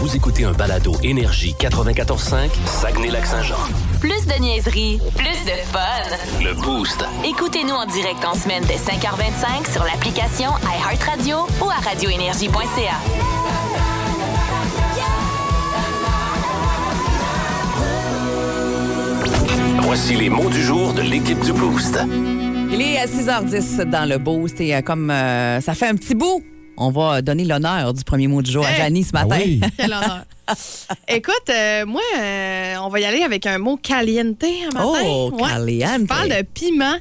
Vous écoutez un balado Énergie 94.5, Saguenay-Lac-Saint-Jean. Plus de niaiserie, plus de fun. Le Boost. Écoutez-nous en direct en semaine dès 5h25 sur l'application iHeartRadio ou à radioénergie.ca. Voici les mots du jour de l'équipe du Boost. Il est à 6h10 dans le Boost et euh, comme euh, ça fait un petit bout, on va donner l'honneur du premier mot du jour à Hey! Janie ce matin. oui. Quel honneur. Écoute, euh, moi, euh, on va y aller avec un mot caliente un matin. Oh, caliente. Ah. Je parle de piment.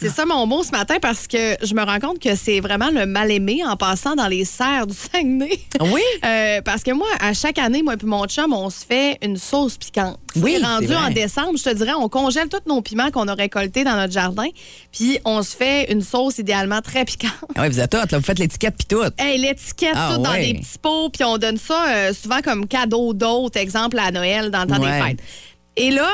C'est ça mon mot ce matin parce que je me rends compte que c'est vraiment le mal-aimé en passant dans les serres du Saguenay. Ah Oui. Euh, parce que moi, à chaque année, moi puis mon chum, on se fait une sauce piquante. Oui, C'est rendu c'est vrai. en décembre, je te dirais, on congèle tous nos piments qu'on a récoltés dans notre jardin, puis on se fait une sauce idéalement très piquante. Ah oui, vous êtes hot, là, vous faites l'étiquette puis tout. Hey, l'étiquette, Ah, tout dans ouais. des petits pots, puis on donne ça euh, souvent comme cadeau d'hôte, exemple à Noël, dans le temps Ouais. des fêtes. Et là,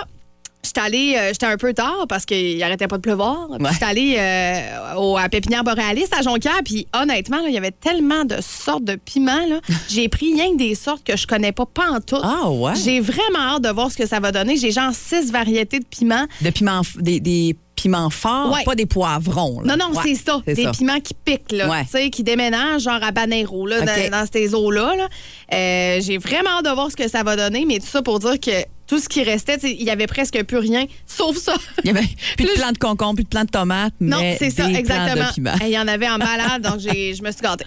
j'étais allée, euh, j'étais un peu tard parce qu'il arrêtait pas de pleuvoir. Puis Ouais. J'étais allée euh, au, à Pépinière Boréaliste, à Jonquière, puis honnêtement, là, il y avait tellement de sortes de piments. là. J'ai pris rien que des sortes que je connais pas, pas en tout. Ah ouais. J'ai vraiment hâte de voir ce que ça va donner. J'ai genre six variétés de piments. De piments, f- des, des piments forts, Ouais. pas des poivrons. là. Non, non, Ouais, c'est ça. Des piments qui piquent, là. Ouais. Tu sais, qui déménagent, genre à Banero, là, dans- OK. dans, ces eaux-là. là. Euh, J'ai vraiment hâte de voir ce que ça va donner, mais tout ça pour dire que tout ce qui restait, tu sais, il y avait presque plus rien, sauf ça. Il y avait plus de Plus- plants de concombre, plus de plants de tomates, Non, mais c'est ça, des plants exactement. de piments. Et Il y en avait en malade, donc j'ai- je me suis gâtée.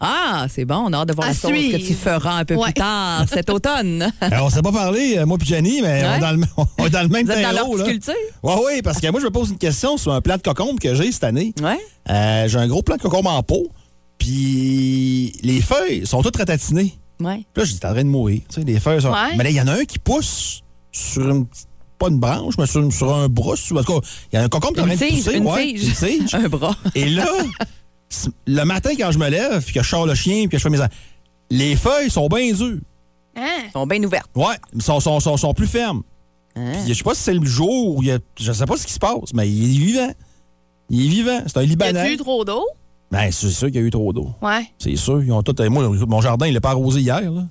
Ah, c'est bon, on a hâte de voir À la sauce que tu suivre. feras un peu Ouais. plus tard cet automne. Euh, on s'est pas parlé, euh, moi puis Jenny, mais on, Ouais. est dans le, on est dans le même Vous êtes dans terreau. là. l'horticulture? Oui, oui, parce que moi, je me pose une question sur un plat de cocombe que j'ai cette année. Ouais. Euh, j'ai un gros plat de cocombe en pot, puis les feuilles sont toutes ratatinées. Ouais. Puis là, j'étais en train de mourir. Tu sais, les feuilles sont... Ouais. Mais là, il y en a un qui pousse sur une petite- Pas une branche, mais sur, une- sur un bras. sur- En tout cas, il y a un cocombe qui est en Une train de tige, pousser. une ouais, tige. une tige. Un bras. Et là, c- le matin, quand je me lève, puis que je sors le chien, puis que je fais mes... a- Les feuilles sont bien dures. Hein? Ils sont bien ouverts. Ouais, ils sont, sont, sont, sont plus fermes. Hein? Puis, je sais pas si c'est le jour où il y a- Je sais pas ce qui se passe, mais il est vivant. Il est vivant. C'est un Y a-tu Libanais. eu trop d'eau? Ben, c'est sûr qu'il y a eu trop d'eau. Ouais. C'est sûr. Ils ont tout. euh, Moi, mon jardin, il l'a pas arrosé hier. Là.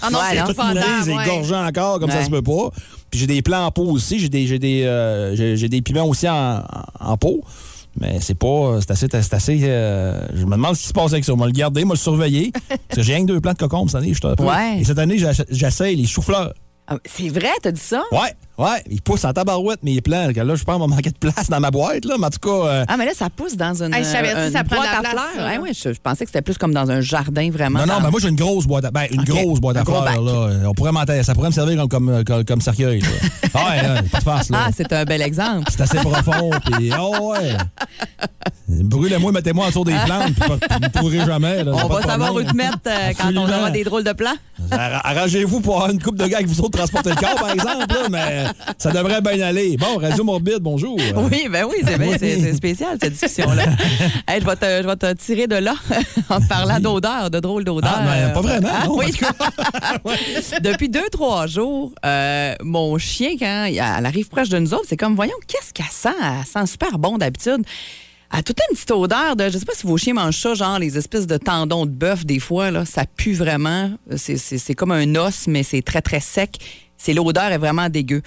Ah non, Ouais, c'est non. Tout épouvantable, mouillé, c'est ouais. gorgeant encore, comme Ouais. ça se peut pas. Puis j'ai des plants en pot aussi. J'ai des, j'ai des, euh, j'ai- j'ai des piments aussi en, en pot. Mais c'est pas. C'est assez. c'est assez euh, je me demande ce qui se passe avec ça. On va le garder, on va le surveiller. Parce que j'ai rien que deux plants de cocombes cette année. Je suis un peu- Ouais. Et cette année, j'ach- j'essaye les choux-fleurs. Ah, C'est vrai, t'as dit ça? Ouais, ouais. Ils poussent en tabarouette mes plants. Là, je pense qu'on va manquer de place dans ma boîte. Là. Mais en tout cas, euh, Ah, mais là, ça pousse dans une, euh, Hey, je t'avais dit, une ça prend de boîte la à place, fleurs. ça, Hein, là. ouais, je, je pensais que c'était plus comme dans un jardin vraiment. Non, non, dans- mais moi, j'ai une grosse boîte à, ben, une Ok. grosse boîte Un à gros fleurs, là. On pourrait m'en- ça pourrait me servir comme, comme, comme, comme cercueil, là. Ah ouais, là, pas de farce, là. Ah, c'est un bel exemple. c'est assez profond, puis ah ouais. Brûlez-moi, mettez-moi autour des plantes, puis pas- vous ne pourrez jamais, là. On Pas de va savoir où problème. te mettre euh, quand on Absolument. aura des drôles de plans. Arra- Arrangez-vous pour avoir une coupe de gars avec vous autres transporter le corps, par exemple, là, mais ça devrait bien aller. Bon, Radio Morbide, bonjour. Oui, ben oui, c'est bien- c'est- c'est spécial cette discussion-là. Hey, je, vais te, je vais te tirer de là en te parlant d'odeur, de drôle d'odeur. Ah, ben, pas vraiment, Ah, non, oui. en tout Depuis deux, trois jours, euh, mon chien, quand il- elle arrive proche de nous autres, c'est comme, voyons, qu'est-ce qu'elle sent? Elle sent super bon d'habitude. Elle a toute une petite odeur de, je sais pas si vos chiens mangent ça, genre les espèces de tendons de bœuf, des fois, là, ça pue vraiment. C'est- C'est c'est comme un os, mais c'est très, très sec. C'est L'odeur est vraiment dégueu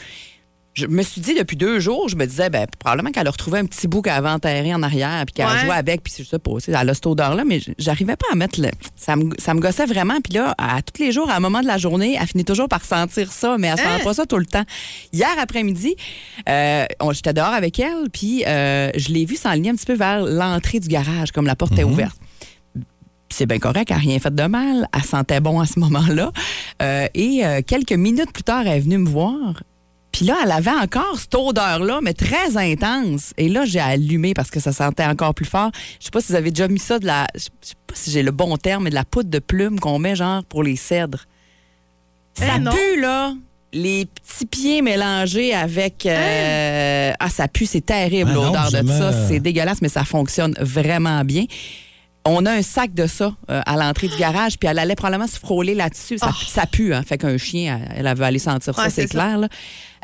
je me suis dit depuis deux jours, je me disais, ben, probablement qu'elle a retrouvé un petit bout qu'elle avait enterré en arrière, puis qu'elle Ouais. jouait avec, puis je sais pas, tu sais, elle a cette odeur-là, mais j- j'arrivais pas à mettre le. Ça me, ça me gossait vraiment, puis là, à tous les jours, à un moment de la journée, elle finit toujours par sentir ça, mais elle sent Hein? pas ça tout le temps. Hier après-midi, euh, on- j'étais dehors avec elle, puis euh, je l'ai vue s'enligner un petit peu vers l'entrée du garage, comme la porte est ouverte c'est bien correct, elle n'a rien fait de mal, elle sentait bon à ce moment-là. Euh, et euh, quelques minutes plus tard, elle est venue me voir. Puis là, elle avait encore cette odeur-là, mais très intense. Et là, j'ai allumé parce que ça sentait encore plus fort. Je sais pas si vous avez déjà mis ça de la. Je sais pas si j'ai le bon terme, mais de la poudre de plume qu'on met, genre, pour les cèdres. Ça Eh non. pue, là! Les petits pieds mélangés avec. euh, Eh. Ah, ça pue, c'est terrible Ah non, l'odeur de jamais, ça. euh, C'est dégueulasse, mais ça fonctionne vraiment bien. On a un sac de ça euh, à l'entrée du garage, puis elle allait probablement se frôler là-dessus. Ça, ça pue, hein. Fait qu'un chien, elle- elle avait allé sentir ça, Oh. Ouais, c'est c'est ça. clair. là.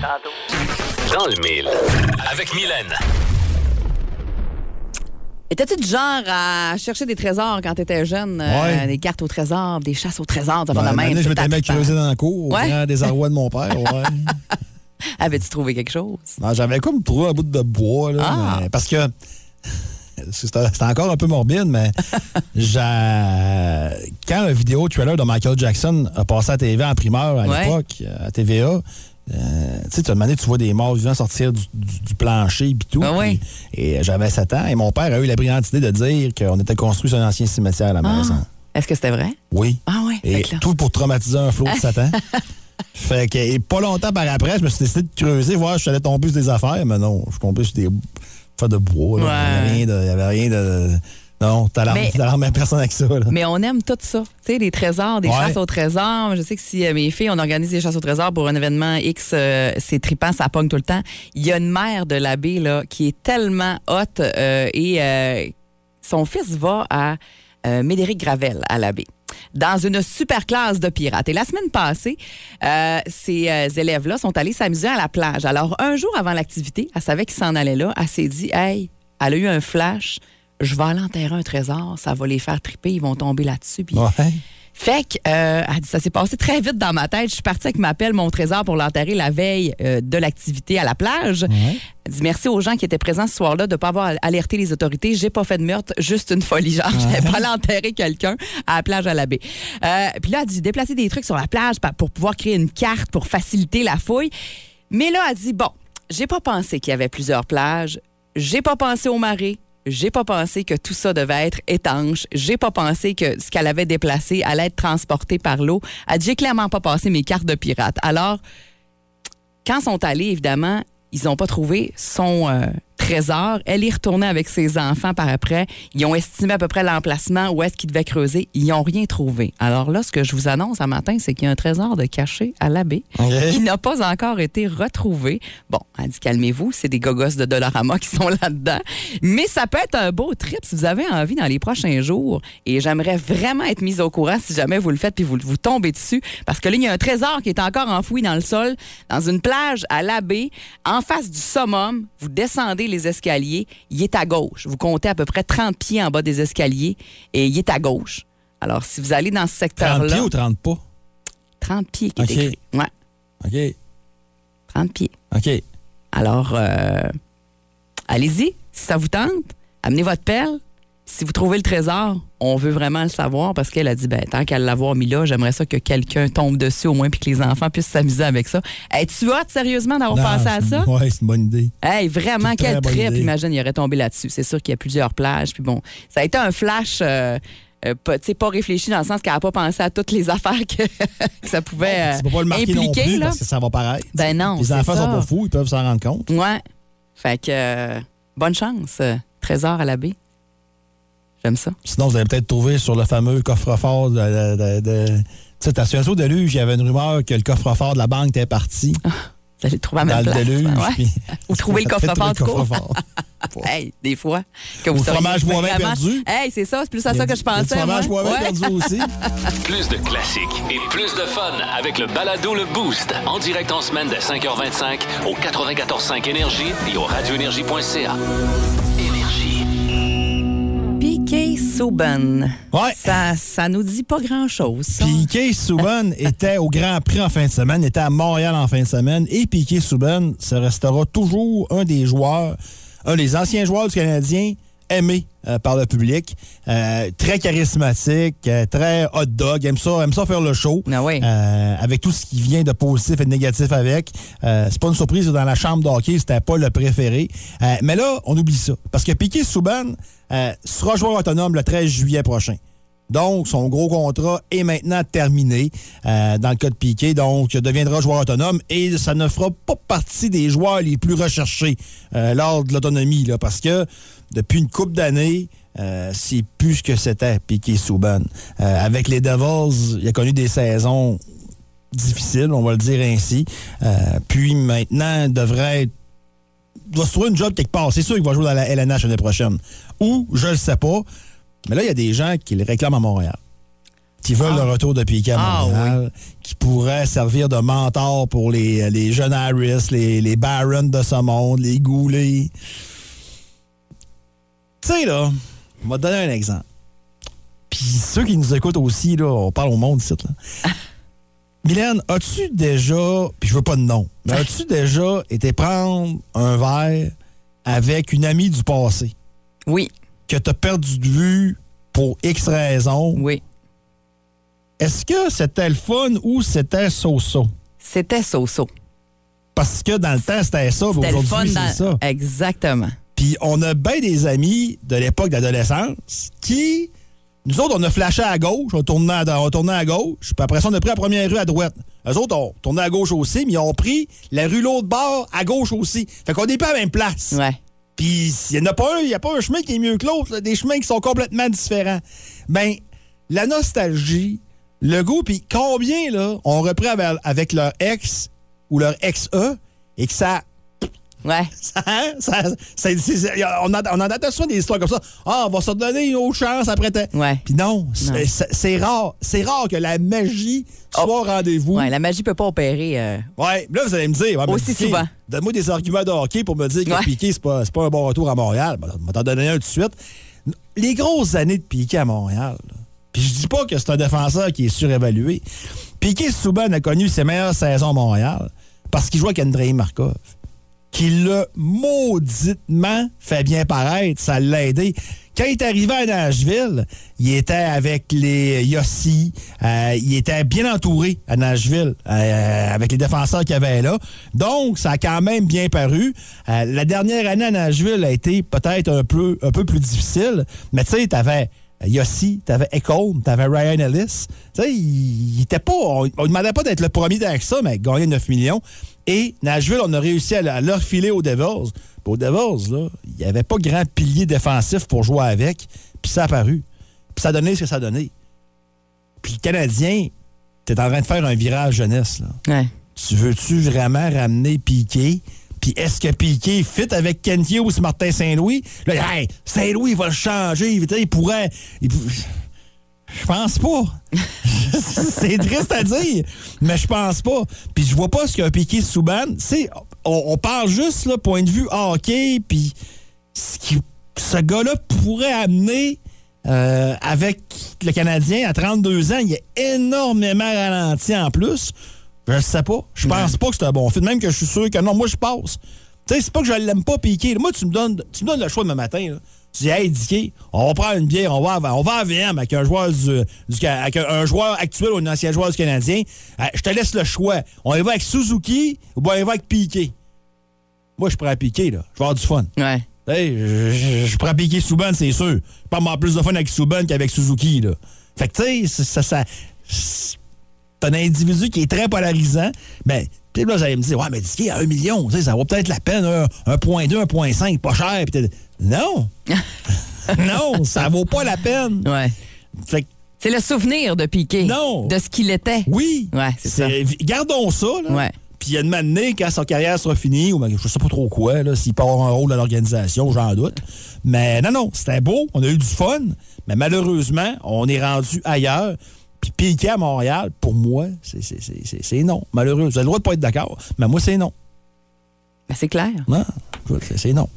À Tantôt. Dans le mille. Avec Mylène. Étais-tu du genre à chercher des trésors quand t'étais jeune? Euh, Ouais. Des cartes au trésor, des chasses au trésor, des affaires Ben, de maintenant, même. je tout m'étais mis à attrapant. creuser dans la cour, au Ouais. grand désarroi de mon père. Ouais. Avais-tu trouvé quelque chose? Non, J'avais comme trouvé un bout de bois, là, Ah. mais- parce que. C'est c'est encore un peu morbide, mais j'a- quand la vidéo trailer de Michael Jackson a passé à TV en primeur à Ouais. l'époque, à TVA, euh, tu sais, tu as demandé, tu vois des morts vivants sortir du, du- du plancher puis tout. Ah oui. puis- Et j'avais 7 ans, et mon père a eu la brillante idée de dire qu'on était construit sur un ancien cimetière à la Ah. maison. Est-ce que c'était vrai? Oui. Ah ouais, fait Et que là- tout pour traumatiser un flot de Satan. fait que, et pas longtemps par après, je me suis décidé de creuser, voir, je suis allé tomber sur des affaires, mais non, je suis tombé sur des affaires de bois. là. Ouais. Il n'y avait, rien de. Non, t'as l'air Mais- t'as l'air même personne avec ça. là. Mais on aime tout ça. Tu sais, les trésors, des Ouais. chasses au trésor. Je sais que si euh, mes filles, on organise des chasses au trésor pour un événement X, euh, c'est tripant, ça pogne tout le temps. Il y a une mère de l'abbé là, qui est tellement haute et euh, son fils va à euh, Médéric Gravel, à l'abbé, dans une super classe de pirates. Et la semaine passée, euh, ces euh, élèves-là sont allés s'amuser à la plage. Alors, un jour avant l'activité, elle savait qu'ils s'en allaient là. Elle s'est dit, hey, elle a eu un flash. Je vais aller enterrer un trésor, ça va les faire triper, ils vont tomber là-dessus. puis Ouais. fait que, euh, elle dit, ça s'est passé très vite dans ma tête. Je suis partie avec ma pelle, mon trésor pour l'enterrer la veille euh, de l'activité à la plage. Elle dit merci aux gens qui étaient présents ce soir-là de ne pas avoir alerté les autorités. J'ai pas fait de meurtre, juste une folie. Genre, je n'avais pas l'enterrer quelqu'un à la plage à la baie. Euh, Puis là, elle dit déplacer des trucs sur la plage pa- pour pouvoir créer une carte pour faciliter la fouille. Mais là, elle dit bon, j'ai pas pensé qu'il y avait plusieurs plages. J'ai pas pensé aux marées. J'ai pas pensé que tout ça devait être étanche. J'ai pas pensé que ce qu'elle avait déplacé allait être transporté par l'eau. Elle dit, j'ai clairement pas passé mes cartes de pirate. Alors, quand sont allés, évidemment, ils n'ont pas trouvé son euh, trésor. Elle est retournée avec ses enfants par après. Ils ont estimé à peu près l'emplacement où est-ce qu'ils devaient creuser. Ils n'ont rien trouvé. Alors là, ce que je vous annonce un matin, c'est qu'il y a un trésor de caché à l'abbé Ok. qui n'a pas encore été retrouvé. Bon, elle dit calmez-vous, c'est des gogos de Dollarama qui sont là-dedans. Mais ça peut être un beau trip si vous avez envie dans les prochains jours. Et j'aimerais vraiment être mise au courant si jamais vous le faites puis vous, vous tombez dessus. Parce que là, il y a un trésor qui est encore enfoui dans le sol, dans une plage à l'abbé, en face du summum. Vous descendez les escaliers, il est à gauche. Vous comptez à peu près 30 pieds en bas des escaliers et il est à gauche. Alors, si vous allez dans ce 30 secteur-là, pieds ou 30 pas? 30 pieds qui est OK. écrit. Ouais, OK. 30 pieds. OK. Alors, euh, allez-y, si ça vous tente, amenez votre pelle. Si vous trouvez le trésor, on veut vraiment le savoir parce qu'elle a dit, ben, tant qu'à l'avoir mis là, j'aimerais ça que quelqu'un tombe dessus au moins puis que les enfants puissent s'amuser avec ça. Es-tu hot, sérieusement, d'avoir Non, pensé à c'est- ça? Ouais, c'est une bonne idée. Hey, vraiment, C'est une quel très bonne trip. idée. Imagine, il aurait tombé là-dessus. C'est sûr qu'il y a plusieurs plages. Puis bon, ça a été un flash euh, euh, pas, tu sais, pas réfléchi dans le sens qu'elle n'a pas pensé à toutes les affaires que, que ça pouvait Tu peux pas le euh, marquer non impliquer. plus là. parce que ça va pareil. Ben non, Les c'est enfants ça. sont pas fous, ils peuvent s'en rendre compte. Ouais. Fait que euh, bonne chance, euh, trésor à la baie. J'aime ça. Sinon, vous allez peut-être trouver sur le fameux coffre-fort de. de, de, de- tu sais, t'as sur le saut de luge, il y avait une rumeur que le coffre-fort de la banque était parti Ah, Vous allez le trouver à dans ma le place. déluge. ben Ouais. puis- Ou trouver le Peut-être coffre-fort de trouver le cours. coffre-fort. Hey, des fois. Que Ou le seriez fromage vraiment- moivin perdu. Hey, c'est ça, c'est plus à Il y ça a que du- je il y a du pensais. fromage moi. moivin Ouais. perdu aussi. Plus de classiques et plus de fun avec le balado Le Boost. En direct en semaine dès 5h25 au 94.5 Énergie et au radioénergie.ca. Énergie. Piqué Souben. Ouais. Ça, ça nous dit pas grand-chose. ça. Piqué Souben était au Grand Prix en fin de semaine, était à Montréal en fin de semaine. Et Piqué Souben se restera toujours un des joueurs, un des anciens joueurs du Canadien aimé euh, par le public. Euh, très charismatique, euh, très hot dog, aime ça, aime ça faire le show. Ah oui. Euh, avec tout ce qui vient de positif et de négatif avec. Euh, c'est pas une surprise, dans la chambre d'hockey, c'était pas le préféré. Euh, mais là, on oublie ça. Parce que Piqué Souban euh, sera joueur autonome le 13 juillet prochain. Donc, son gros contrat est maintenant terminé euh, dans le cas de Piqué. Donc, il deviendra joueur autonome et ça ne fera pas partie des joueurs les plus recherchés euh, lors de l'autonomie. là, Parce que depuis une coupe d'années, euh, c'est plus ce que c'était Piqué Souban. Euh, avec les Devils, il a connu des saisons difficiles, on va le dire ainsi. Euh, puis maintenant, il devrait être doit se trouver une job quelque part. C'est sûr qu'il va jouer dans la LNH l'année prochaine. Ou, je le sais pas, mais là, il y a des gens qui le réclament à Montréal. Qui veulent le retour de Piquet à Ah, Montréal, qui pourrait servir de mentor pour les, les jeunes Harris, les, les Barons de ce monde, les Goulet. Tu sais, là, on va te donner un exemple. Puis ceux qui nous écoutent aussi, là, on parle au monde ici. là. Mylène, as-tu déjà, puis je veux pas de nom, mais as-tu déjà été prendre un verre avec une amie du passé Oui, que t'as perdu de vue pour X raisons? oui. Est-ce que c'était le fun ou c'était so-so? C'était so-so. Parce que dans le temps, c'était ça, mais C'était le fun aujourd'hui, dans- c'est ça. Exactement. Puis on a bien des amis de l'époque d'adolescence qui, nous autres, on a flashé à gauche, on tournait à, on tournait à gauche, puis après ça, on a pris la première rue à droite. Eux autres, on tournait à gauche aussi, mais ils ont pris la rue l'autre bord à gauche aussi. Fait qu'on n'est pas à la même place. Ouais. Puis il n'y en a pas un, il n'y a pas un chemin qui est mieux que l'autre, là, des chemins qui sont complètement différents. Ben, la nostalgie, le goût, puis combien, là, on repris avec, avec leur ex ou leur ex-E et que ça Ouais. ça, hein, ça- ça- c'est- c'est- on, en- on en entend souvent des histoires comme ça. Ah, on va se donner une autre chance après. t'as- Ouais. Puis non, c'est- Non. c'est c'est rare. C'est rare que la magie soit au rendez-vous. Oh. Ouais, Ouais. la magie peut pas opérer. euh, Là, vous allez me dire. ouais, mais Aussi Piqué, souvent. Donne-moi des arguments de hockey pour me dire que Ouais. Piqué, c'est pas, c'est pas un bon retour à Montréal. Ben, on va t'en donner un tout de suite. Les grosses années de Piqué à Montréal. là. Puis je dis pas que c'est un défenseur qui est surévalué. Piqué Souban a connu ses meilleures saisons à Montréal parce qu'il joue avec Andrei Markov qui l'a mauditement fait bien paraître. Ça l'a aidé. Quand il est arrivé à Nashville, il était avec les Yossi. euh, il était bien entouré à Nashville euh, avec les défenseurs qu'il y avait là. Donc, ça a quand même bien paru. Euh, la dernière année à Nashville a été peut-être un peu, un peu plus difficile. Mais tu sais, t'avais Yossi, t'avais Ekholm, t'avais Ryan Ellis. Tu sais, il, il était pas. On, on demandait pas d'être le premier avec ça, mais gagner 9 millions. Et Nashville, on a réussi à, le- à leur filer aux Devils. Puis aux Devils, là, il n'y avait pas grand pilier défensif pour jouer avec. Puis ça a paru. Puis ça a donné ce que ça a donné. Puis le Canadien, t'es en train de faire un virage jeunesse, là Ouais. tu veux-tu vraiment ramener Piqué? Puis est-ce que Piqué fit avec Ken Hughes, Martin Saint-Louis? Là, hey, Saint-Louis va le changer. Il, il pourrait. il pou- je pense pas. c'est triste à dire, mais je pense pas. Puis je vois pas ce qu'un Piqué Souban. C'est, on, on parle juste là, point de vue hockey, puis ce qui ce gars-là pourrait amener euh, avec le Canadien à 32 ans. Il a énormément ralenti en plus. Je sais pas. Je pense pas que c'est un bon film. Même que je suis sûr que non, moi je passe. Tu sais, c'est pas que je l'aime pas piqué. Moi, tu me donnes, tu me donnes le choix demain matin. là. Tu dis, hey, Dicky, on va prendre une bière, on va à, on va à VM avec un joueur du, du- avec un, un joueur actuel ou un ancien joueur du Canadien. Euh, je te laisse le choix. On y va avec Suzuki ou bien on y va avec Piqué. Moi, je prends Piqué, là. Je vais avoir du fun. Ouais. Hey, je- je je pourrais piquer Souban, c'est sûr. Je parle en plus de fun avec Souban qu'avec Suzuki, là. Fait que, tu sais, c'est- ça, ça, c'est un individu qui est très polarisant. Ben, puis là, vous allez me dire, ouais, mais Dicky, à 1 million, tu sais, ça vaut peut-être la peine, un- 1,2, 1,5, pas cher. Puis t'es- non! non, ça vaut pas la peine. Ouais. Fait que, C'est le souvenir de Piqué. Non. De ce qu'il était. oui, Ouais, c'est ça. gardons ça. Là. Ouais. Puis il y a une année, quand sa carrière sera finie, ou ben, je sais pas trop quoi, là, s'il peut avoir un rôle dans l'organisation, j'en doute. Mais non, non, c'était beau, on a eu du fun, mais malheureusement, on est rendu ailleurs. Puis piqué à Montréal, pour moi, c'est- c'est- c'est c'est- c'est non. Malheureux. Vous avez le droit de pas être d'accord, mais moi, c'est non. Ben, c'est clair. Non, écoute, c'est- c'est non.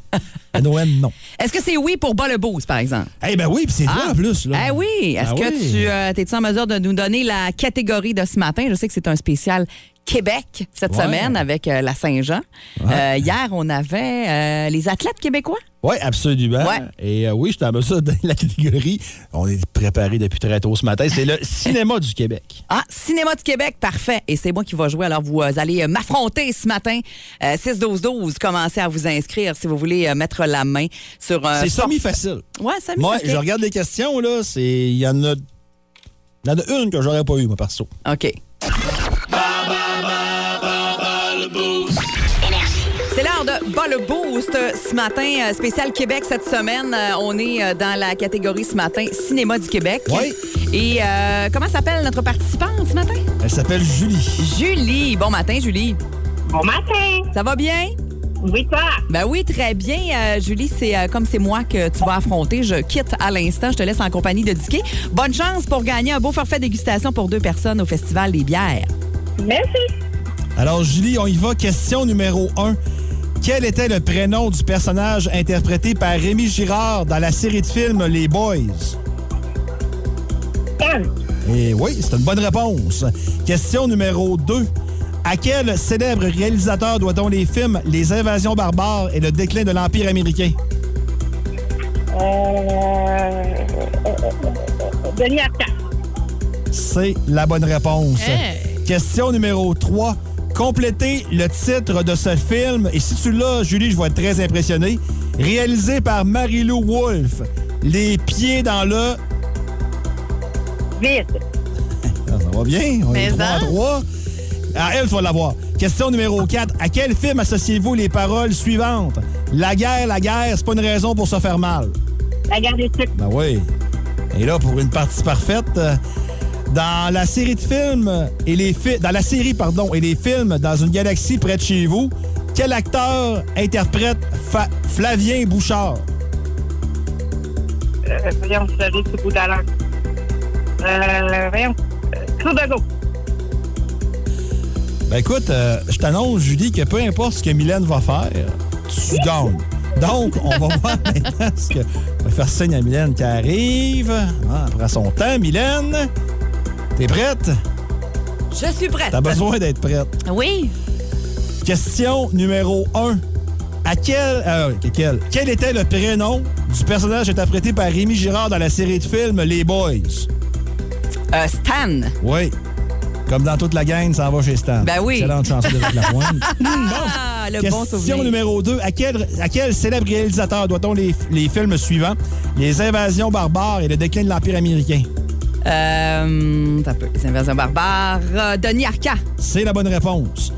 NOM, non. Est-ce que c'est oui pour bas le boost, par exemple? Eh ben oui, puis c'est toi en plus. Là. Ah oui. Est-ce Ah que oui. tu es en mesure de nous donner la catégorie de ce matin? Je sais que c'est un spécial Québec cette Ouais. semaine avec euh, la Saint-Jean. Euh, hier, on avait euh, les athlètes québécois. Oui, absolument. Ouais. Et euh, oui, je t'en ça dans la catégorie. On est préparé depuis très tôt ce matin. C'est le cinéma du Québec. Ah, Cinéma du Québec, parfait. Et c'est moi qui va jouer. Alors, vous euh, allez euh, m'affronter ce matin. Euh, 6-12-12, commencez à vous inscrire si vous voulez euh, mettre la main sur... euh, c'est sur- semi-facile. Ouais, ça Moi, je regarde les questions, là. c'est- Il y en a. il y en a une que j'aurais pas eu, moi, perso. OK. C'est l'heure de Bas le Boost ce matin, euh, spécial Québec cette semaine. Euh, On est euh, dans la catégorie ce matin Cinéma du Québec. Oui. Et euh, comment s'appelle notre participante ce matin? Elle s'appelle Julie. Julie. Bon matin, Julie. Bon matin! Ça va bien? Oui, toi! Ben oui, très bien. Euh, Julie, c'est euh, comme c'est moi que tu vas affronter. Je quitte à l'instant. Je te laisse en compagnie de Dicky. Bonne chance pour gagner un beau forfait dégustation pour deux personnes au Festival des bières. Merci! Alors, Julie, on y va. Question numéro 1. Quel était le prénom du personnage interprété par Rémi Girard dans la série de films Les Boys? Anne! Et Eh oui, c'est une bonne réponse. Question numéro 2. À quel célèbre réalisateur doit-on les films Les Invasions barbares et le déclin de l'Empire américain? Euh, euh, euh, Denis Arcand. C'est la bonne réponse. Hey. Question numéro 3. Complétez le titre de ce film. Et si tu l'as, Julie, je vais être très impressionné. Réalisé par Marie-Lou Wolfe. Les pieds dans le... Vite! Ah, Ça va bien, on Mais est trois à hein? trois. Ah, elle, tu vas l'avoir. Question numéro 4. À quel film associez-vous les paroles suivantes? La guerre, la guerre, c'est pas une raison pour se faire mal. La garde des trucs. Ben oui. Et là, pour une partie parfaite, euh, dans la série de films et les fi- dans la série pardon et les films dans une galaxie près de chez vous, quel acteur interprète Fa- Flavien Bouchard Euh, voyons, je l'ai sous le bout de la langue. Euh, voyons. Euh, Trudeau. Ben écoute, euh, je t'annonce Julie que peu importe ce que Mylène va faire, tu gagnes. Donc, on va voir maintenant ce que on va faire signe à Mylène qui arrive. Ah, elle prend son temps, Mylène. T'es prête? Je suis prête. T'as besoin d'être prête. Oui. Question numéro 1. À quel, euh, quel, quel était le prénom du personnage interprété par Rémi Girard dans la série de films Les Boys? Euh, Stan. Oui. Comme dans toute la gang, ça en va chez Stan. Ben oui. Excellente chanson de la pointe. Ah, le Question bon souvenir. numéro 2. À quel, à quel célèbre réalisateur doit-on les, les films suivants? Les invasions barbares et le déclin de l'Empire américain. Euh, t'as peu, les invasions barbares. Euh, Denis Arca. C'est la bonne réponse.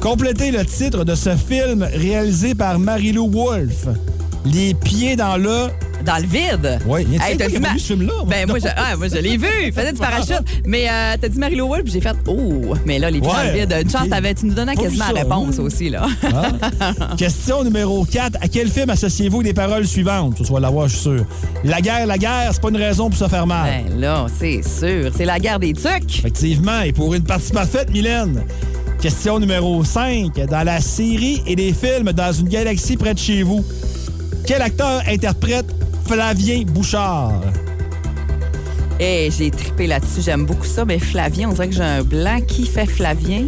Complétez le titre de ce film réalisé par Marie-Lou Wolfe. Les pieds dans le... Dans le vide. Oui, y a-t-il Hey, quelqu'un t'as qui a dit pas vu ce film-là? Ben, moi, je, ah, moi, je l'ai vu. Il faisait du parachute. Mais euh, t'as dit Marie-Lou Wolfe, puis j'ai fait Oh, mais là, les pieds dans le Ouais, vide. Une chance, ok. t'avais, tu nous donnais Pas vu quasiment ça, la réponse hein. aussi, là. Hein? Question numéro 4. À quel film associez-vous les paroles suivantes? Tu vas l'avoir, je suis sûr. La guerre, la guerre, c'est pas une raison pour se faire mal. Ben, là, c'est sûr. C'est la guerre des tucs. Effectivement, et pour une partie parfaite, Mylène. Question numéro 5. Dans la série et les films Dans une galaxie près de chez vous, quel acteur interprète Flavien Bouchard? Et j'ai trippé là-dessus. J'aime beaucoup ça. Mais Flavien, on dirait que j'ai un blanc. Qui fait Flavien?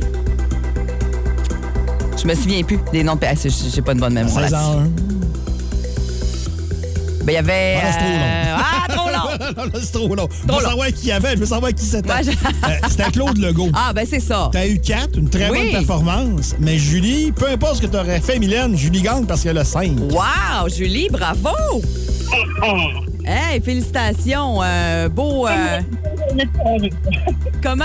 Je me souviens plus des noms de. Ah, c'est- J'ai pas de bonne mémoire. 16 là-dessus. ans. Ben, il y avait. Ah, là, c'est trop long. euh, Ah, trop long! Non, non, c'est trop long. Je veux long. savoir qui y avait, je veux savoir qui c'était. Ouais, je- Euh, c'était Claude Legault. Ah, ben, c'est ça. T'as eu 4, une très Oui. bonne performance. Mais Julie, peu importe ce que t'aurais fait, Mylène, Julie gagne parce qu'elle a 5. Wow, Julie, bravo! Hey, félicitations. euh, beau. euh, Journée de congé. comment?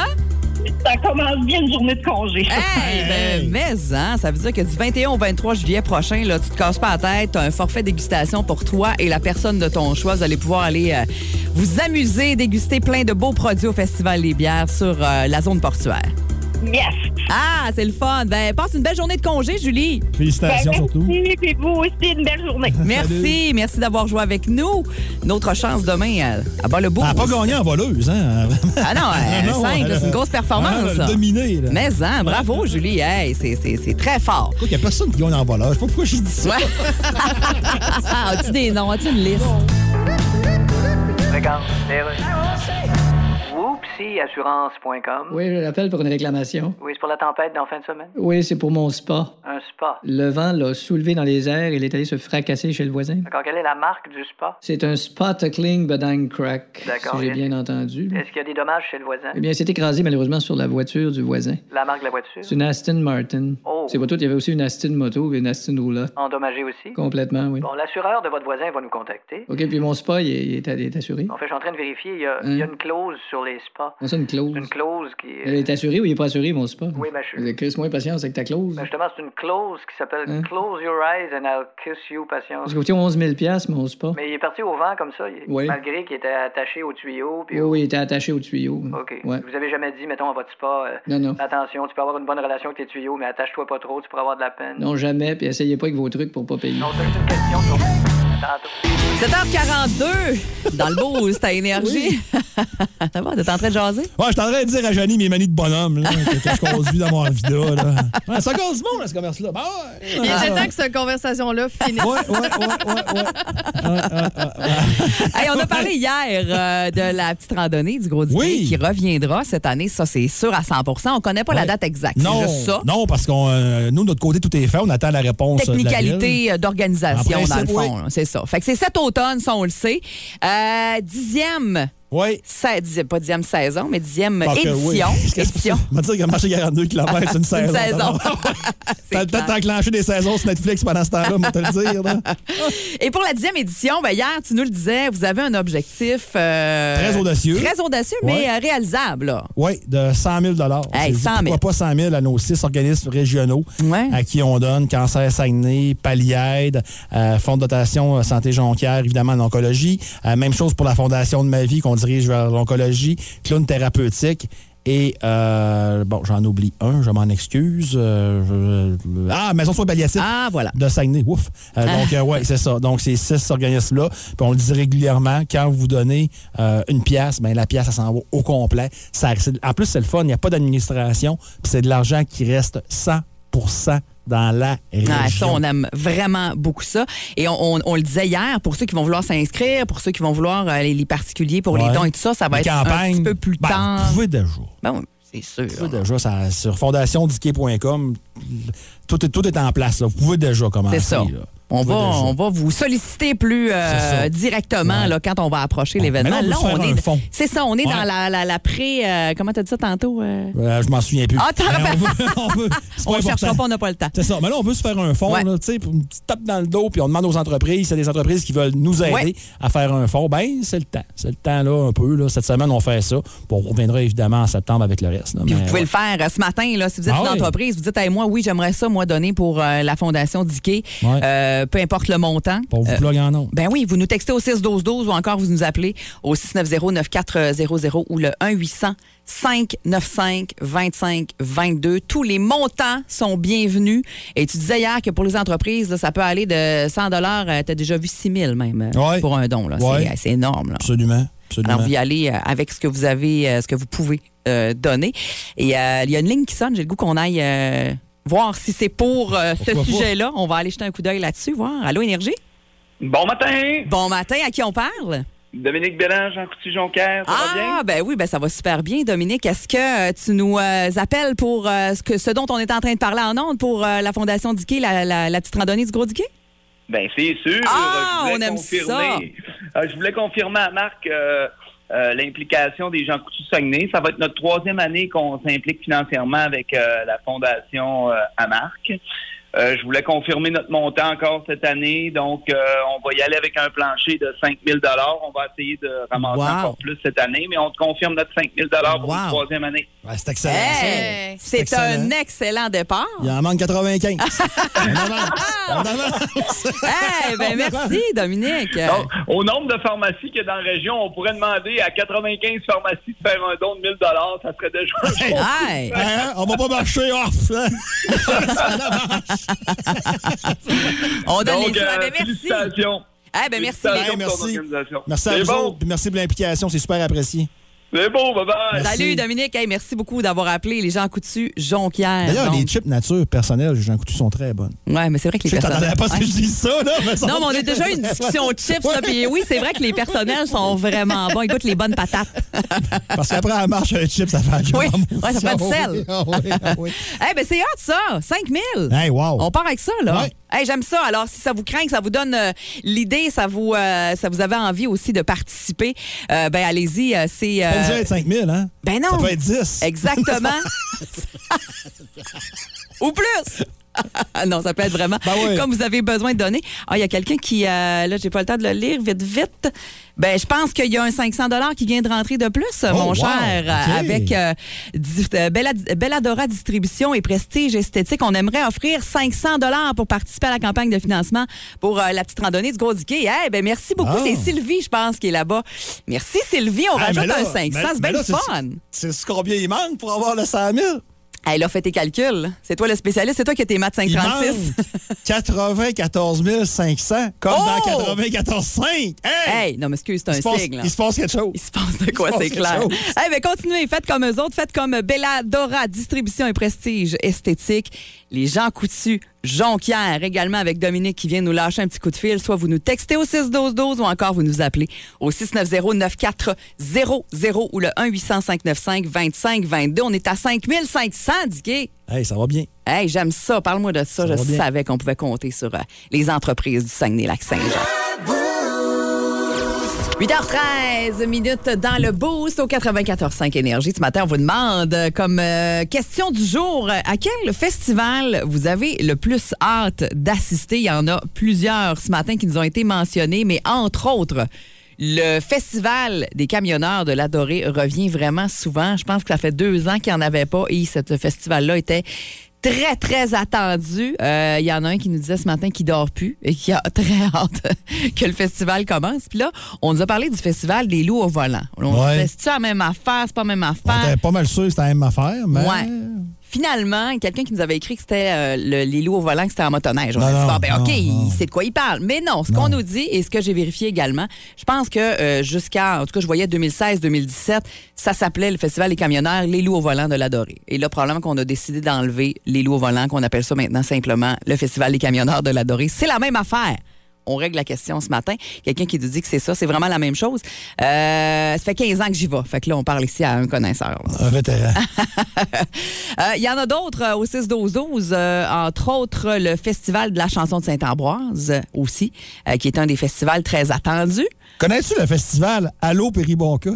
Ça commence bien une journée de congé. Hey, ben, mais, hein, ça veut dire que du 21 au 23 juillet prochain, là, tu te casses pas la tête, t'as un forfait dégustation pour toi et la personne de ton choix. Vous allez pouvoir aller euh, vous amuser, déguster plein de beaux produits au Festival des bières sur euh, la zone portuaire. Yes! Ah, c'est le fun. Ben, passe une belle journée de congé, Julie. Ben, Félicitations surtout. merci, puis vous aussi, une belle journée. Merci, merci d'avoir joué avec nous. Notre chance demain euh, à bas le bout. Elle n'a Ah, pas gagné en voleuse, hein? Ah non, euh, Non, non, cinq, elle là, a- c'est une grosse Ah, performance. elle a ça. dominé, là. Mais hein, bravo Julie, hey, c'est- c'est c'est très fort. Il n'y a personne qui gagne en voleuse. Je sais pas pourquoi j'ai dit ça. Ah, as-tu des noms, as-tu une liste? Regarde, les rues. Whoopsieassurance.com. Oui, je l'appelle pour une réclamation. Oui, c'est pour la tempête d'en fin de semaine. Oui, c'est pour mon spa. Un spa. Le vent l'a soulevé dans les airs et il est allé se fracasser chez le voisin. D'accord, quelle est la marque du spa? C'est un spa tuckling bedang crack, si D'accord, j'ai yes. bien entendu. Est-ce qu'il y a des dommages chez le voisin? Eh bien, il s'est écrasé malheureusement sur la voiture du voisin. La marque de la voiture? C'est une Aston Martin. Oh. C'est pas tout, il y avait aussi une Aston moto et une Aston roulotte. Endommagée aussi? Complètement, oui. Bon, l'assureur de votre voisin va nous contacter. OK, puis mon spa, il est, il est- il est assuré. En fait, je suis en train de vérifier. Il y a, il y a une clause sur les spas. On ça une clause. Une clause qui. Il Hein? est assuré ou il est pas assuré, mon spa? Oui, ma chérie. Mais Chris, moins patience avec ta clause. Ben, justement, c'est une clause qui s'appelle Close your eyes and I'll kiss you, patience. Hein? Parce que coûtait 11 000 mon spa. Mais il est parti au vent comme ça, il- Oui. malgré qu'il était attaché au tuyau. Puis Oui, oui, il était attaché au tuyau. OK. Ouais. Vous avez jamais dit, mettons, à votre spa, euh, Non, non. attention, tu peux avoir une bonne relation avec tes tuyaux, mais attache-toi pas trop, tu pourras avoir de la peine. Non, jamais, puis essayez pas avec vos trucs pour pas payer. Non, c'est juste une question de... Tantôt. 7h42 dans le boost à énergie. Ça va, t'es en train de jaser? Ouais, je suis en train de dire à Janie mes manies de bonhomme, là, que que je conduis dans mon vida, là. Ouais, ça cause bon, là, ce commerce-là. Ben ouais. Il Ah. était temps que cette conversation-là finisse. Ouais, ouais, ouais, ouais, ouais. Hey, on a parlé hier euh, de la petite randonnée du gros dîner Oui. qui reviendra cette année. Ça, c'est sûr à 100 On connaît pas la date exacte. Non, C'est juste ça. non, parce qu'on, euh, nous, de notre côté, tout est fait. On attend la réponse. euh, de la ville. Technicalité euh, d'organisation, En dans le principe, fond. là. C'est ça. Fait que c'est cet automne, ça, on le sait. Euh, dixième, Oui. sa- dix- pas dixième saison, mais dixième Parce que, oui. édition. édition. On va dire qu'il a marché 42 km, c'est une C'est une saison. saison. T'as C'est le temps clair. d'enclencher des saisons sur Netflix pendant ce temps-là, on va te le dire. là. Et pour la dixième édition, ben, hier, tu nous le disais, vous avez un objectif. euh, Très audacieux. Très audacieux, mais Ouais. euh, réalisable, là. Oui, de 100 000 Hey, C'est dit, 100 000. Pourquoi pas 100 000 à nos six organismes régionaux Ouais. à qui on donne Cancer Saguenay, Paliade, euh, Fonds de dotation euh, Santé Jonquière, évidemment, en oncologie. Euh, même chose pour la Fondation de ma vie qu'on dirige vers l'oncologie, clown thérapeutique. Et, euh, bon, j'en oublie un, je m'en excuse. Euh, je- ah, Maison de soins palliatifs Ah, voilà. de Saguenay. Ouf. Euh, Ah. Donc, euh, ouais, c'est ça. Donc, ces six organismes-là. Puis on le dit régulièrement, quand vous donnez euh, une pièce, ben, la pièce, ça s'en va au complet. Ça, c'est- en plus, c'est le fun. Il n'y a pas d'administration. Puis c'est de l'argent qui reste 100 dans la région. Ouais, Ah, ça, on aime vraiment beaucoup ça. Et on, on- on le disait hier, pour ceux qui vont vouloir s'inscrire, pour ceux qui vont vouloir euh, les, les particuliers pour les Ouais. dons et tout ça, ça va Les être campagnes, un petit peu plus ben, tard. Vous pouvez déjà. Ben oui, c'est sûr. Vous pouvez déjà ça, sur fondationdiquet.com. Tout est, tout est en place. là. Vous pouvez déjà commencer. C'est ça. là. On Vous va, pouvez déjà. on va vous solliciter plus euh, C'est ça. directement Ouais. là, quand on va approcher Ouais. l'événement. Mais là, on veut se faire un fond. C'est ça, on est Ouais. dans la, la, la pré. euh, comment t'as dit ça tantôt? euh? Euh, je m'en souviens plus. Ah, t'as- Mais on veut- on veut- c'est pas on ne cherchera important. pas, on n'a pas le temps. C'est ça. Mais là, on veut se faire un fonds, Ouais. là, tu sais, pour une petite tape dans le dos, puis on demande aux entreprises, c'est des entreprises qui veulent nous aider Ouais. à faire un fonds. Ben, c'est le temps. C'est le temps, là, un peu. Là. Cette semaine, on fait ça. Bon, on reviendra évidemment en septembre avec le reste. là, Puis mais vous pouvez ouais. le faire euh, ce matin, là, si vous êtes Ah une ouais. entreprise, vous dites, Hey, moi, oui, j'aimerais ça, moi, donner pour euh, la Fondation Diquet, Ouais. Euh, peu importe le montant. Pour vous Euh, plugger en nom. Ben oui, vous nous textez au 6 12 12 ou encore vous nous appelez au 690-9400 ou le 1 800 595 25 22. Tous les montants sont bienvenus. Et tu disais hier que pour les entreprises, là, ça peut aller de 100 dollars, tu as déjà vu 6 000 même euh, Ouais. pour un don. là. Ouais. C'est- C'est énorme. Là. Absolument. Absolument. Alors, vous y allez euh, avec ce que vous avez, euh, ce que vous pouvez euh, donner. Et euh, il y a une ligne qui sonne. J'ai le goût qu'on aille euh, voir si c'est pour euh, ce Pourquoi pas? sujet-là. On va aller jeter un coup d'œil là-dessus, voir. Allô, Énergie? Bon matin! Bon matin, à qui on parle? Dominique Bélange, Jean Coutu-Jonquière, ça va bien? Ah, ben oui, ben ça va super bien, Dominique. Est-ce que euh, tu nous euh, appelles pour euh, ce, que, ce dont on est en train de parler en ondes pour euh, la Fondation Diquet, la, la- la petite randonnée du Gros Diquet? Ben, c'est sûr. Ah, je voulais on aime confirmer. Euh, je voulais confirmer à Marc euh, euh, l'implication des gens Coutu-Saguenay. Ça va être notre troisième année qu'on s'implique financièrement avec euh, la fondation euh, à Marc. Euh, je voulais confirmer notre montant encore cette année. Donc, euh, on va y aller avec un plancher de 5 000 On va essayer de ramasser Wow. encore plus cette année, mais on te confirme notre 5 000 pour Wow. la troisième année. Ouais, c'est excellent. Hey, Hey, c'est un excellent départ. Il en manque 95. on avance. On avance. Hey, ben merci, Dominique. Donc, au nombre de pharmacies qu'il y a dans la région, on pourrait demander à 95 pharmacies de faire un don de 1000 Ça serait déjà un Hey, Hey. hein, on va pas marcher off. hein. On donne Donc, les euh, Ah, ben merci. félicitations. Eh ben merci. Félicitations Hey, pour ton merci. organisation. Merci à C'est vous bon. autres, puis merci pour l'implication, c'est super apprécié. C'est bon, bye-bye. Merci. Salut, Dominique. Hey, merci beaucoup d'avoir appelé les gens coutus Jonquière. D'ailleurs, Ah, Donc, les chips nature personnelles, Jean Coutu, sont très bonnes. Ouais, mais c'est vrai que les Je sais que personnes. t'entendais pas ce que je dis ça, là. mais ça Non, mais va on a bien. déjà eu une discussion de chips, là, puis oui, c'est vrai que les personnels sont vraiment bons. Écoute, les bonnes patates. Parce qu'après la marche, un chip, ça fait un job Oui. en mousse. Ouais, ça fait du sel. Ah oui, ah oui. Eh ben c'est hot, ça! 5 000! Hey, wow. On part avec ça, là. Ouais. Hey, J'aime ça. Alors, si ça vous craint, que ça vous donne euh, l'idée, ça vous euh, ça vous avez envie aussi de participer, euh, ben allez-y. euh, c'est. euh, Pas obligé d'être 5 000, hein? ben non! Ça peut être 10. Exactement. Ou plus. non, ça peut être vraiment Ben oui. comme vous avez besoin de donner. Ah, il y a quelqu'un qui euh, là, j'ai pas le temps de le lire vite vite. Ben, je pense qu'il y a un 500 dollars qui vient de rentrer de plus, mon Oh, wow, cher, ok. avec euh, di- euh, Bella- Belladora Distribution et Prestige Esthétique. On aimerait offrir 500 dollars pour participer à la campagne de financement pour euh, la petite randonnée du Gros Diquet. Eh ben merci beaucoup, Ah. c'est Sylvie, je pense, qui est là-bas. Merci Sylvie, on Ah, mais rajoute là, un 500, mais- c'est mais bien là, le fun. C'est c'est combien il manque pour avoir le 100 000? Elle a fait tes calculs. C'est toi le spécialiste, c'est toi qui as tes maths Il 536. manque 94 500, comme Oh! dans 94 5. Hey! Hey, non, mais excuse, c'est il, un se passe, signe. là. il se passe quelque chose. Il se passe de quoi, Il se c'est passe clair. quelque chose. Eh bien, continuez, faites comme eux autres, faites comme Belladora, Distribution et Prestige Esthétique, les gens coutus, Jonquière également avec Dominique qui vient nous lâcher un petit coup de fil. Soit vous nous textez au 612-12 ou encore vous nous appelez au 690-9400 ou le 1-800-595-2522. On est à 5500, Dicky. Hey, ça va bien. Hey, j'aime ça. Parle-moi de ça. Ça Je va bien. savais qu'on pouvait compter sur euh, les entreprises du Saguenay-Lac-Saint-Jean. 8h13 minutes dans le boost au 94.5 Énergie. Ce matin, on vous demande, euh, comme euh, question du jour, euh, à quel festival vous avez le plus hâte d'assister? Il y en a plusieurs ce matin qui nous ont été mentionnés, mais entre autres, le Festival des camionneurs de la Dorée revient vraiment souvent. Je pense que ça fait deux ans qu'il n'y en avait pas et ce festival-là était très, très attendu. Euh, Il y en a un qui nous disait ce matin qu'il dort plus et qui a très hâte que le festival commence. Puis là, on nous a parlé du festival des loups au volant. On Ouais. disait, c'est-tu la même affaire? C'est pas la même On affaire? était pas mal sûr que c'était la même affaire, mais. Ouais. Finalement, quelqu'un qui nous avait écrit que c'était euh, le- les loups au volant, que c'était en motoneige. On Non, a dit, non, bon, ben, non, OK, non. il sait de quoi il parle. Mais non, ce qu'on Non. nous dit et ce que j'ai vérifié également, je pense que euh, jusqu'à, en tout cas, je voyais 2016-2017, ça s'appelait le Festival des camionneurs, les loups au volant de la Dorée. Et là, probablement qu'on a décidé d'enlever les loups au volant, qu'on appelle ça maintenant simplement le Festival des camionneurs de la Dorée. C'est la même affaire. On règle la question ce matin. Quelqu'un qui nous dit que c'est ça, c'est vraiment la même chose. Euh, ça fait 15 ans que j'y vais. Fait que là, on parle ici à un connaisseur. là. Un vétéran. Euh, Il y en a d'autres euh, au 6-12-12, euh, entre autres euh, le Festival de la chanson de Saint-Ambroise euh, aussi, euh, qui est un des festivals très attendus. Connais-tu le festival Allo Péribonca?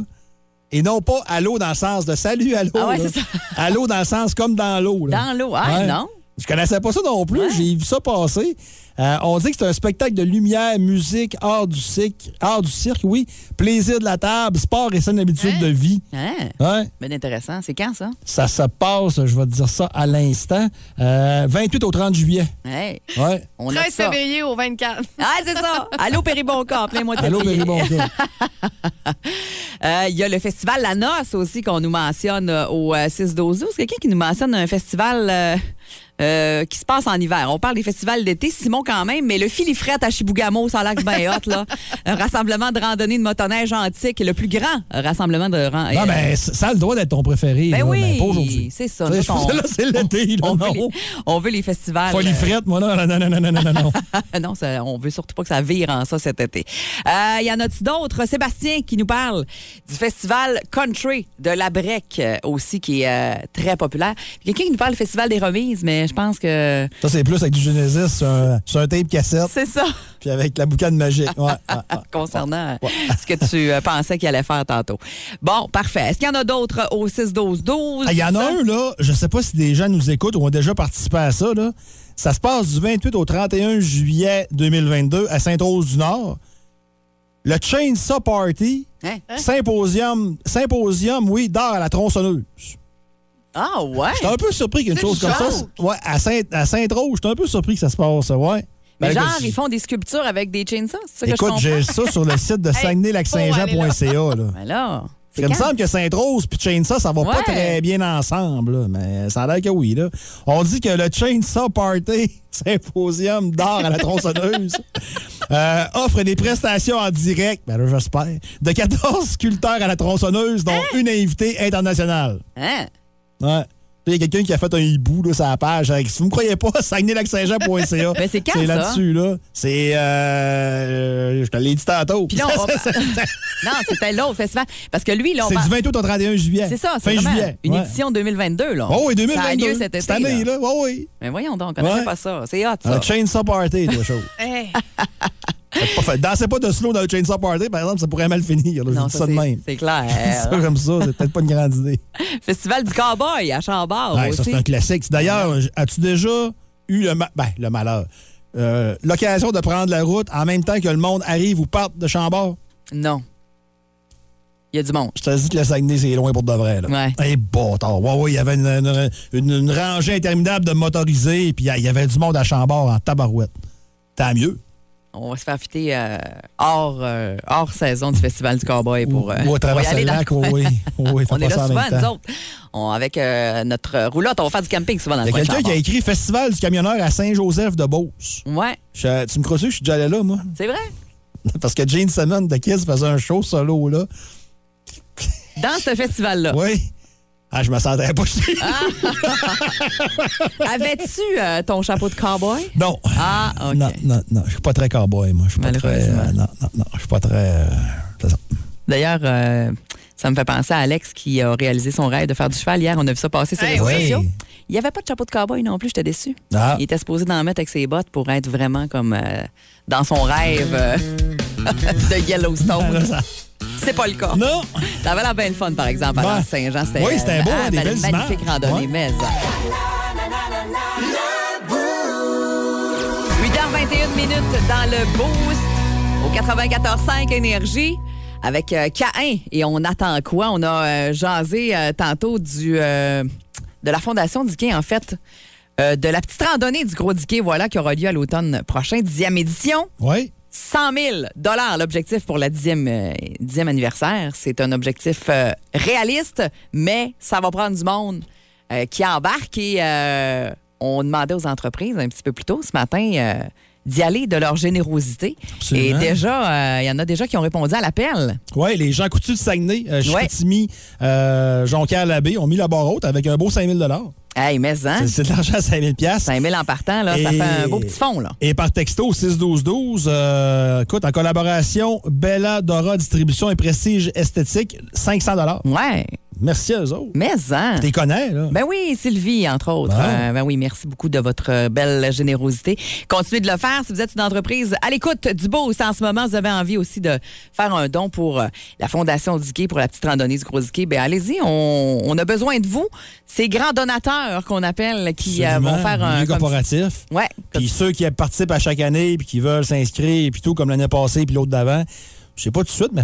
Et non pas Allo dans le sens de salut, Allo. Ah ouais, là. c'est ça. Allo dans le sens comme dans l'eau. là. Dans l'eau. Ah Ouais. non? Je connaissais pas ça non plus. J'ai vu ça passer. Euh, on dit que c'est un spectacle de lumière, musique, art du cirque, art du cirque, oui, plaisir de la table, sport et saine habitude de vie. Hein? Ouais, Ben intéressant. C'est quand ça? ça se passe, je vais te dire ça à l'instant. Euh, 28 au 30 juillet. Hey, Ouais. on a 13 ça. février au 24. Ah, c'est ça! Allô, Péribonca, en plein mois de Allô, février. Péribonca. Euh, Il y a le festival La Noce aussi qu'on nous mentionne euh, au euh, 6-12-12. C'est quelqu'un qui nous mentionne un festival euh, euh, qui se passe en hiver. On parle des festivals d'été, Simon quand même, mais le Filifrette à Chibougamau, ça a l'air que c'est bien hot, là. Un rassemblement de randonnée de motoneige antique, le plus grand rassemblement de euh, randonnée. Non, mais ça ça a le droit d'être ton préféré. Ben là, oui, mais pas aujourd'hui. c'est ça. Tu sais, Nous autres, on- Là, c'est l'été, là, on, veut les, non. on veut les festivals. Folie frette, moi, là. Non, non, non, non, non, non, non. Ah non, ça, on veut surtout pas que ça vire en ça cet été. Euh, Il y en a-tu d'autres? Sébastien qui nous parle du festival Country de la Brec euh, aussi, qui est euh, très populaire. Puis Quelqu'un qui nous parle du festival des remises, mais je je pense que Ça, c'est plus avec du Genesis sur un, sur un tape cassette, c'est ça puis avec la boucane magique. Ouais, ouais, ouais. concernant euh, ce que tu euh, pensais qu'il allait faire tantôt. Bon, parfait. Est-ce qu'il y en a d'autres au 6-12-12? Ah, Il y en a un, là, je sais pas si des gens nous écoutent ou ont déjà participé à ça, là. Ça se passe du 28 au 31 juillet 2022 à Sainte-Rose-du-Nord. Le Chainsaw Party, Hein? symposium, symposium, oui, d'art à la tronçonneuse. Ah ouais? J'étais un peu surpris qu'une C'est chose une comme ça. joke. Ouais, à Sainte- à Sainte-Rose, j'étais un peu surpris que ça se passe, ouais. Mais Ben, genre, que- ils font des sculptures avec des chainsaws, c'est ça que Écoute, je comprends? j'ai ça sur le site de saguenay-lac-saint-jean.ca, là. Ben là, c'est Il me quand? semble que Sainte-Rose puis Chainsaw, ça va Ouais. pas très bien ensemble, là, mais ça a l'air que oui. Là. On dit que le Chainsaw Party, symposium d'art à la tronçonneuse, euh, offre des prestations en direct, ben là, j'espère, de 14 sculpteurs à la tronçonneuse, dont une invitée internationale. Hein? Ouais. Il y a quelqu'un qui a fait un hibou là, sur la page. Avec, si vous ne me croyez pas, saguenay-lac-saint-jean.ca. Mais Ben, c'est quand, C'est ça? là-dessus, là. C'est. euh, euh, je te l'ai dit tantôt. Puis là, on va- Non, c'était l'autre festival. Parce que lui, là, on C'est parle- du 28 au 31 juillet. C'est ça, Fin c'est vraiment juillet. une ouais. édition 2022. Là. Oh oui, 2022. Ça a lieu cet été. Cette année, là. Oh oui. Mais voyons donc, on connaissait Ouais. Ah, pas ça. C'est hot, ça. Un chainsaw party, toi, chose. Hey, Faites pas- faites- Dansez pas de slow dans le chainsaw party, par exemple, ça pourrait mal finir. là. Je Non, dis ça, ça de c'est- même. C'est Je dis clair. ça comme ça, c'est peut-être pas une grande idée. Festival du Cowboy à Chambord Ouais, Ben, ça, aussi. c'est un classique. D'ailleurs, as-tu déjà eu le, ma- ben, le malheur, euh, l'occasion de prendre la route en même temps que le monde arrive ou parte de Chambord? Non. Il y a du monde. Je te dis que le Saguenay, c'est loin pour de vrai. Là. Ouais. Eh, bâtard. Ouais, ouais, il y avait une, une- une- une rangée interminable de motorisés, puis il y avait du monde à Chambord en tabarouette. Tant mieux. On va se faire fitter euh, hors, euh, hors saison du Festival du Cowboy pour. euh, ou à pour y travers le aller dans- lac, oui, oui. oui, faut On pas est ça là en souvent, même temps. nous autres. On- avec euh, notre roulotte, on va faire du camping souvent dans Il y le coin a de quelqu'un qui a Chambord. écrit Festival du camionneur à Saint-Joseph-de-Beauce. Ouais, Je- Tu me crois que je suis déjà allé là, moi? c'est vrai. Parce que Gene Simmons de Kiss faisait un show solo, là. Dans ce festival-là, Oui. Ah, je me sentais pas chez avais-tu euh, ton chapeau de cowboy? Non. Ah, OK. Non, non, non. Je suis pas très cowboy, moi. Je suis pas très. Malheureusement. euh, non, non, non. Je suis pas très. euh, c'est ça. D'ailleurs, euh, ça me fait penser à Alex qui a réalisé son rêve de faire du cheval. Hier, on a vu ça passer sur les Hey, réseaux oui. sociaux. Il n'y avait pas de chapeau de cowboy non plus, j'étais déçu. Ah. Il était supposé d'en mettre avec ses bottes pour être vraiment comme euh, dans son rêve euh, de Yellowstone. C'est pas le cas. Non! T'avais la belle fun, par exemple, à Ouais. l'Anse Saint-Jean. euh, Oui, c'était beau, hein, des ma- belles magnifique images. randonnée, Ouais. mais. ça. 8h21 minutes dans le boost au 94.5 Énergie avec euh, Caïn. Et on attend quoi? On a euh, jasé euh, tantôt du, euh, de la Fondation Diquet, en fait. euh, de la petite randonnée du Gros Diquet, voilà, qui aura lieu à l'automne prochain, dixième édition. Oui. 100 000 dollars l'objectif pour la dixième, euh, dixième anniversaire. C'est un objectif euh, réaliste, mais ça va prendre du monde euh, qui embarque. Et euh, on demandait aux entreprises un petit peu plus tôt ce matin euh, d'y aller de leur générosité. Absolument. Et déjà, euh, il y en a déjà qui ont répondu à l'appel. Oui, les gens coutus de Saguenay, euh, Ouais. Chicoutimi, euh, Jonquière-Labbé ont mis la barre haute avec un beau 5 000 Hey, mais hein? C'est- C'est de l'argent à 5 000 5 000 en partant, là, ça Et- fait un beau petit fond. Là. Et par texto 6-12-12, euh, écoute, en collaboration, Bella Dora Distribution et Prestige Esthétique, 500 Ouais, Merci à eux autres. Mm. mais hein? T'es connais, là. Ben oui, Sylvie, entre autres. Bon. Euh, ben oui, merci beaucoup de votre euh, belle générosité. Continuez de le faire. Si vous êtes une entreprise à l'écoute du Beauce en ce moment, vous avez envie aussi de faire un don pour euh, la Fondation du Quai, pour la petite randonnée du Gros Quai, ben allez-y, on, on a besoin de vous. Ces grands donateurs qu'on appelle qui euh, Absolument, vont faire un... milieu comme- corporatif. Ouais, Puis ceux qui participent à chaque année, puis qui veulent s'inscrire, puis tout, comme l'année passée, puis l'autre d'avant. Je sais pas tout de suite, mais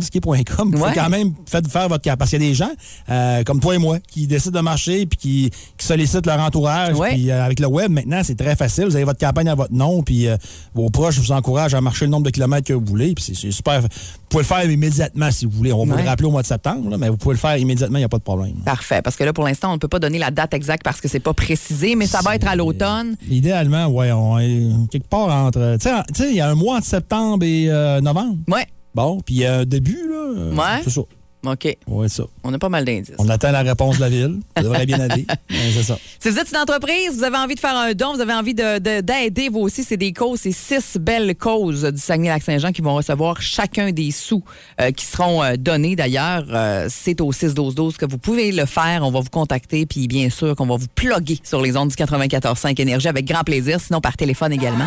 fondationdisquet.com, vous Ouais. quand même faites faire votre cas. Parce qu'il y a des gens, euh, comme toi et moi, qui décident de marcher, puis qui, qui sollicitent leur entourage. Ouais. Puis euh, avec le web, maintenant, c'est très facile. Vous avez votre campagne à votre nom, puis euh, vos proches vous encouragent à marcher le nombre de kilomètres que vous voulez. Puis c'est- c'est super. Vous pouvez le faire immédiatement si vous voulez. On va Ouais. vous le rappeler au mois de septembre, là, mais vous pouvez le faire immédiatement, il n'y a pas de problème. Parfait, parce que là, pour l'instant, on ne peut pas donner la date exacte parce que c'est pas précisé, mais ça va être à l'automne. Idéalement, ouais, on est quelque part entre. Tu sais, en- tu sais, il y a un mois entre septembre et euh, novembre. Ouais, Bon, puis il y a un début, là. euh, Ouais. C'est ça. OK. Ouais, ça. On a pas mal d'indices. On attend la réponse de la ville. Ça devrait bien aller. Ouais, c'est ça. Si vous êtes une entreprise, vous avez envie de faire un don, vous avez envie de- de- d'aider, vous aussi, c'est des causes, c'est six belles causes du Saguenay-Lac-Saint-Jean qui vont recevoir chacun des sous euh, qui seront euh, donnés. D'ailleurs, euh, c'est au 6-12-12 que vous pouvez le faire. On va vous contacter, puis bien sûr qu'on va vous plugger sur les ondes du 94.5 Énergie avec grand plaisir, sinon par téléphone également.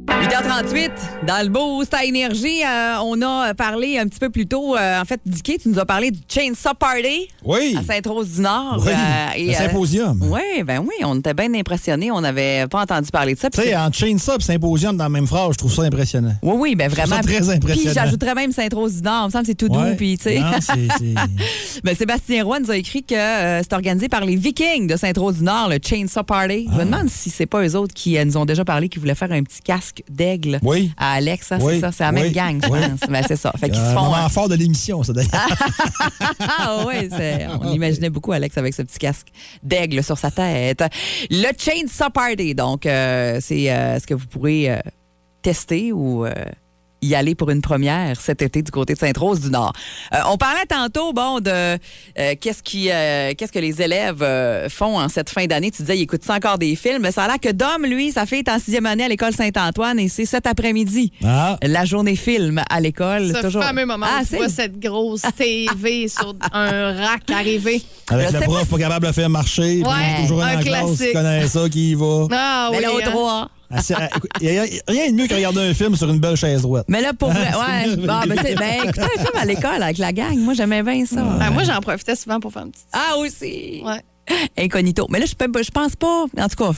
8h38, dans le Boost à Énergie, euh, on a parlé un petit peu plus tôt, euh, en fait, Dicky, tu nous as parlé du Chainsaw Party. Oui. à Sainte-Rose-du-Nord. Oui, le symposium. euh, oui, ben oui, on était bien impressionnés. On n'avait pas entendu parler de ça. Tu Puis sais, hein? c'est- entre Chainsaw et Symposium dans la même phrase, je trouve ça impressionnant. oui, oui, ben trouve vraiment. ça très impressionnant. Puis j'ajouterais même Sainte-Rose-du-Nord. Il me semble que c'est tout Ouais. doux. Puis, tu sais. Non, c'est- c'est- Ben, Sébastien Roy nous a écrit que euh, c'est organisé par les Vikings de Sainte-Rose-du-Nord, le Chainsaw Party. Ah. Je me demande si c'est pas eux autres qui euh, nous ont déjà parlé qui voulaient faire un petit casque d'aigle Oui. à Alex. hein, Oui. c'est ça, c'est la même Oui. gang, je Oui. pense. Ben, c'est ça. Fait qu'ils Un se font. Euh, moment un- fort de l'émission, ça, d'ailleurs. Ah oui, on imaginait beaucoup Alex avec ce petit casque d'aigle sur sa tête. Le Chainsaw Party, donc, euh, c'est euh, ce que vous pourrez euh, tester ou euh, y aller pour une première cet été du côté de Sainte-Rose-du-Nord. Euh, on parlait tantôt, bon, de euh, qu'est-ce qui, euh, qu'est-ce que les élèves euh, font en cette fin d'année. Tu disais, ils écoutent ça encore des films. Mais ça a l'air que Dom, lui, sa fille est en sixième année à l'école Saint-Antoine et c'est cet après-midi. Ah. La journée film à l'école. Ce toujours. fameux moment Ah, où tu c'est vois cette grosse TV sur un rack arriver. Avec Je le sais prof pas pas capable de le faire marcher. puis Ouais, toujours dans un la classe, classique. tu connais ça, qui y va. Ah Mais oui. là, au hein. droit. Assis- à- écoute, y a- y a rien de mieux que regarder un film sur une belle chaise droite. Mais là, pour vrai, ouais. Ah, c'est Bon, ben, c'est- ben, écoutez un film à l'école avec la gang. Moi, j'aimais bien ça. Ah, moi, j'en profitais souvent pour faire une petite. Ah, aussi. Ouais. Incognito. Mais là, je, peux- je pense pas. En tout cas.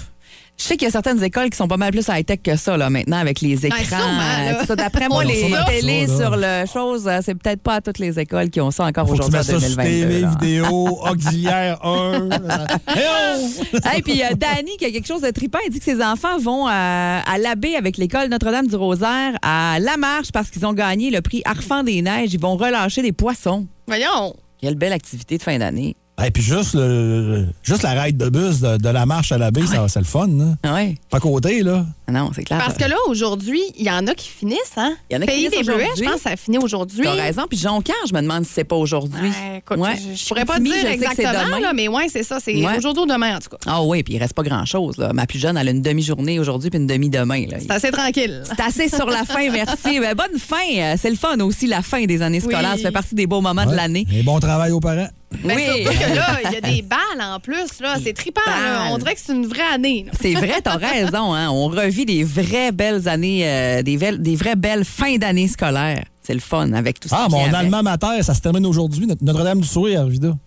Je sais qu'il y a certaines écoles qui sont pas mal plus high-tech que ça, là, maintenant, avec les écrans. sûrement, là. tout ça. D'après moi, Ouais, les sûrement que ça, télés là. sur le chose, euh, c'est peut-être pas à toutes les écoles qui ont ça encore Faut que tu aujourd'hui en mettes ça sur 2022. TV, là. vidéo, auxiliaire 1. oh! Hey, puis euh, Danny, qui a quelque chose de trippant, il dit que ses enfants vont euh, à l'abbé avec l'école Notre-Dame-du-Rosaire à La Marche parce qu'ils ont gagné le prix Arfan des Neiges. Ils vont relâcher des poissons. Voyons. Quelle belle activité de fin d'année. Et puis juste, le, juste la ride de bus de, de la marche à la baie, ça c'est le fun. Là. Oui. Pas côté, là. Ah Non, c'est clair. Parce que là, aujourd'hui, il y en a qui finissent, hein? Ah. Il y en a qui Pays finissent des Bleuets, je aujourd'hui. pense que ça finit aujourd'hui. T'as raison. Puis Jonquière, je me demande si c'est pas aujourd'hui. Ouais, écoute, Ouais. je, je pourrais pas Chicoutimi, je dire sais que c'est exactement, demain. là, mais ouais, c'est ça. C'est Ouais. aujourd'hui ou demain, en tout cas. Ah oui, puis il reste pas grand-chose. là. Ma plus jeune, elle a une demi-journée aujourd'hui puis une demi-demain. là. C'est assez tranquille. C'est assez sur la fin, merci. Ben, bonne fin. Euh, C'est le fun aussi, la fin des années Oui. scolaires. Ça fait partie des beaux moments de Ouais. l'année. Et bon travail aux parents. Mais oui. surtout que là, il y a des balles en plus. là. C'est trippant. là. balles. On dirait que c'est une vraie année. là. C'est vrai, t'as raison. Hein? On revit des vraies belles années, euh, des, ve- des vraies belles fins d'année scolaire. C'est le fun avec tout ça. Ah, qui mon vient avec. allemand mater, ça se termine aujourd'hui. Notre- Notre-Dame du Sourire, Arvida. Ouais,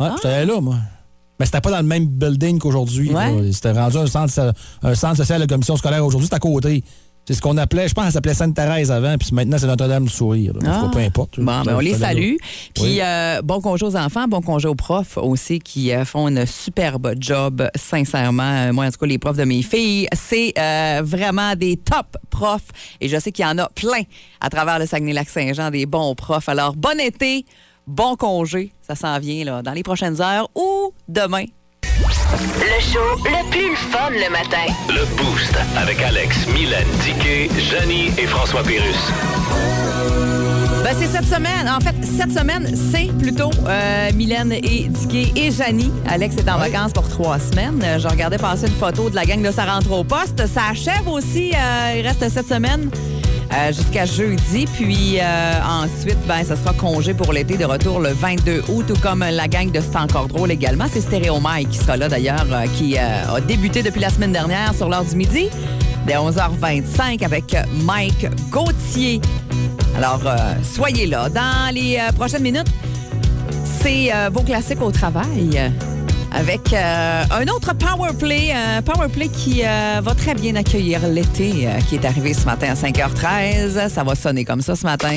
Ah, j'étais allé là, moi. Mais c'était pas dans le même building qu'aujourd'hui. là. Ouais. C'était rendu un centre, un centre social de la commission scolaire aujourd'hui. C'est à côté. C'est ce qu'on appelait, je pense, ça s'appelait Sainte-Thérèse avant, puis maintenant, c'est Notre-Dame du Sourire. là. En tout cas, peu importe. Ah. Bon, ben, on les J'étais allé là. salue. Puis Oui. euh, bon congé aux enfants, bon congé aux profs aussi qui euh, font une superbe job, sincèrement. Euh, Moi, en tout cas, les profs de mes filles, c'est euh, vraiment des top profs. Et je sais qu'il y en a plein à travers le Saguenay-Lac-Saint-Jean, des bons profs. Alors, bon été, bon congé. Ça s'en vient là, dans les prochaines heures ou demain. Le show le plus le fun le matin. Le Boost avec Alex, Mylène, Diquet, Janie et François Pérus. Ben, c'est cette semaine. En fait, cette semaine, c'est plutôt euh, Mylène et Dicky et Janie. Alex est en vacances pour trois semaines. Euh, Je regardais passer une photo de la gang de sa rentre au poste. Ça achève aussi. euh, il reste cette semaine. euh, jusqu'à jeudi, puis euh, ensuite, ben, ça sera congé pour l'été de retour le 22 août, tout comme la gang de C'est encore drôle également. C'est Stéréo Mike qui sera là d'ailleurs, euh, qui euh, a débuté depuis la semaine dernière sur l'heure du midi, dès 11h25 avec Mike Gauthier. Alors, euh, soyez là. Dans les euh, prochaines minutes, c'est euh, vos classiques au travail euh, avec euh, un autre Power Play, un Power Play qui euh, va très bien accueillir l'été, euh, qui est arrivé ce matin à 5h13. Ça va sonner comme ça ce matin.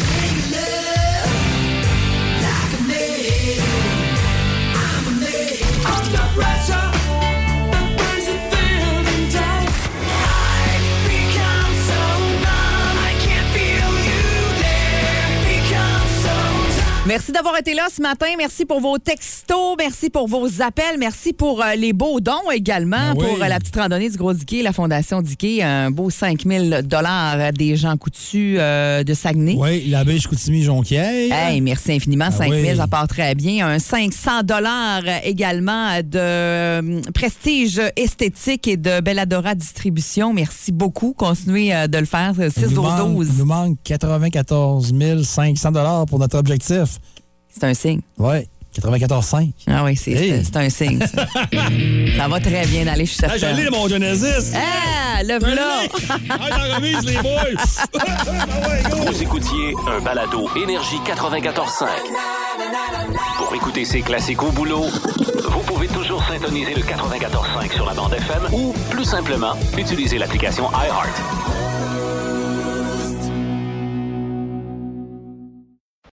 Merci d'avoir été là ce matin. Merci pour vos textos. Merci pour vos appels. Merci pour euh, les beaux dons également Ah oui. pour euh, la petite randonnée du Gros Diquet, la Fondation Diquet. Un beau 5 000 à des gens coutus euh, de Saguenay. Oui, l'abbé Chicoutimi Jonquière. Hey, merci infiniment. 5 000, Ah oui. ça part très bien. Un 500 dollars également de euh, Prestige Esthétique et de Belladora Distribution. Merci beaucoup. Continuez euh, de le faire. euh, 6 il nous, au manque, 12. il nous manque 94 500 pour notre objectif. C'est un signe. Oui, 94,5. Ah oui, c'est Hey. c'est- c'est un signe. Ça. Ça va très bien aller, je suis Ah, certaine. mon Genesis! Ah, le plat! la remise, les boys! Ah, Vous écoutiez un balado Énergie 94.5. Pour écouter ces classiques au boulot, vous pouvez toujours syntoniser le 94.5 sur la bande FM ou, plus simplement, utiliser l'application iHeart.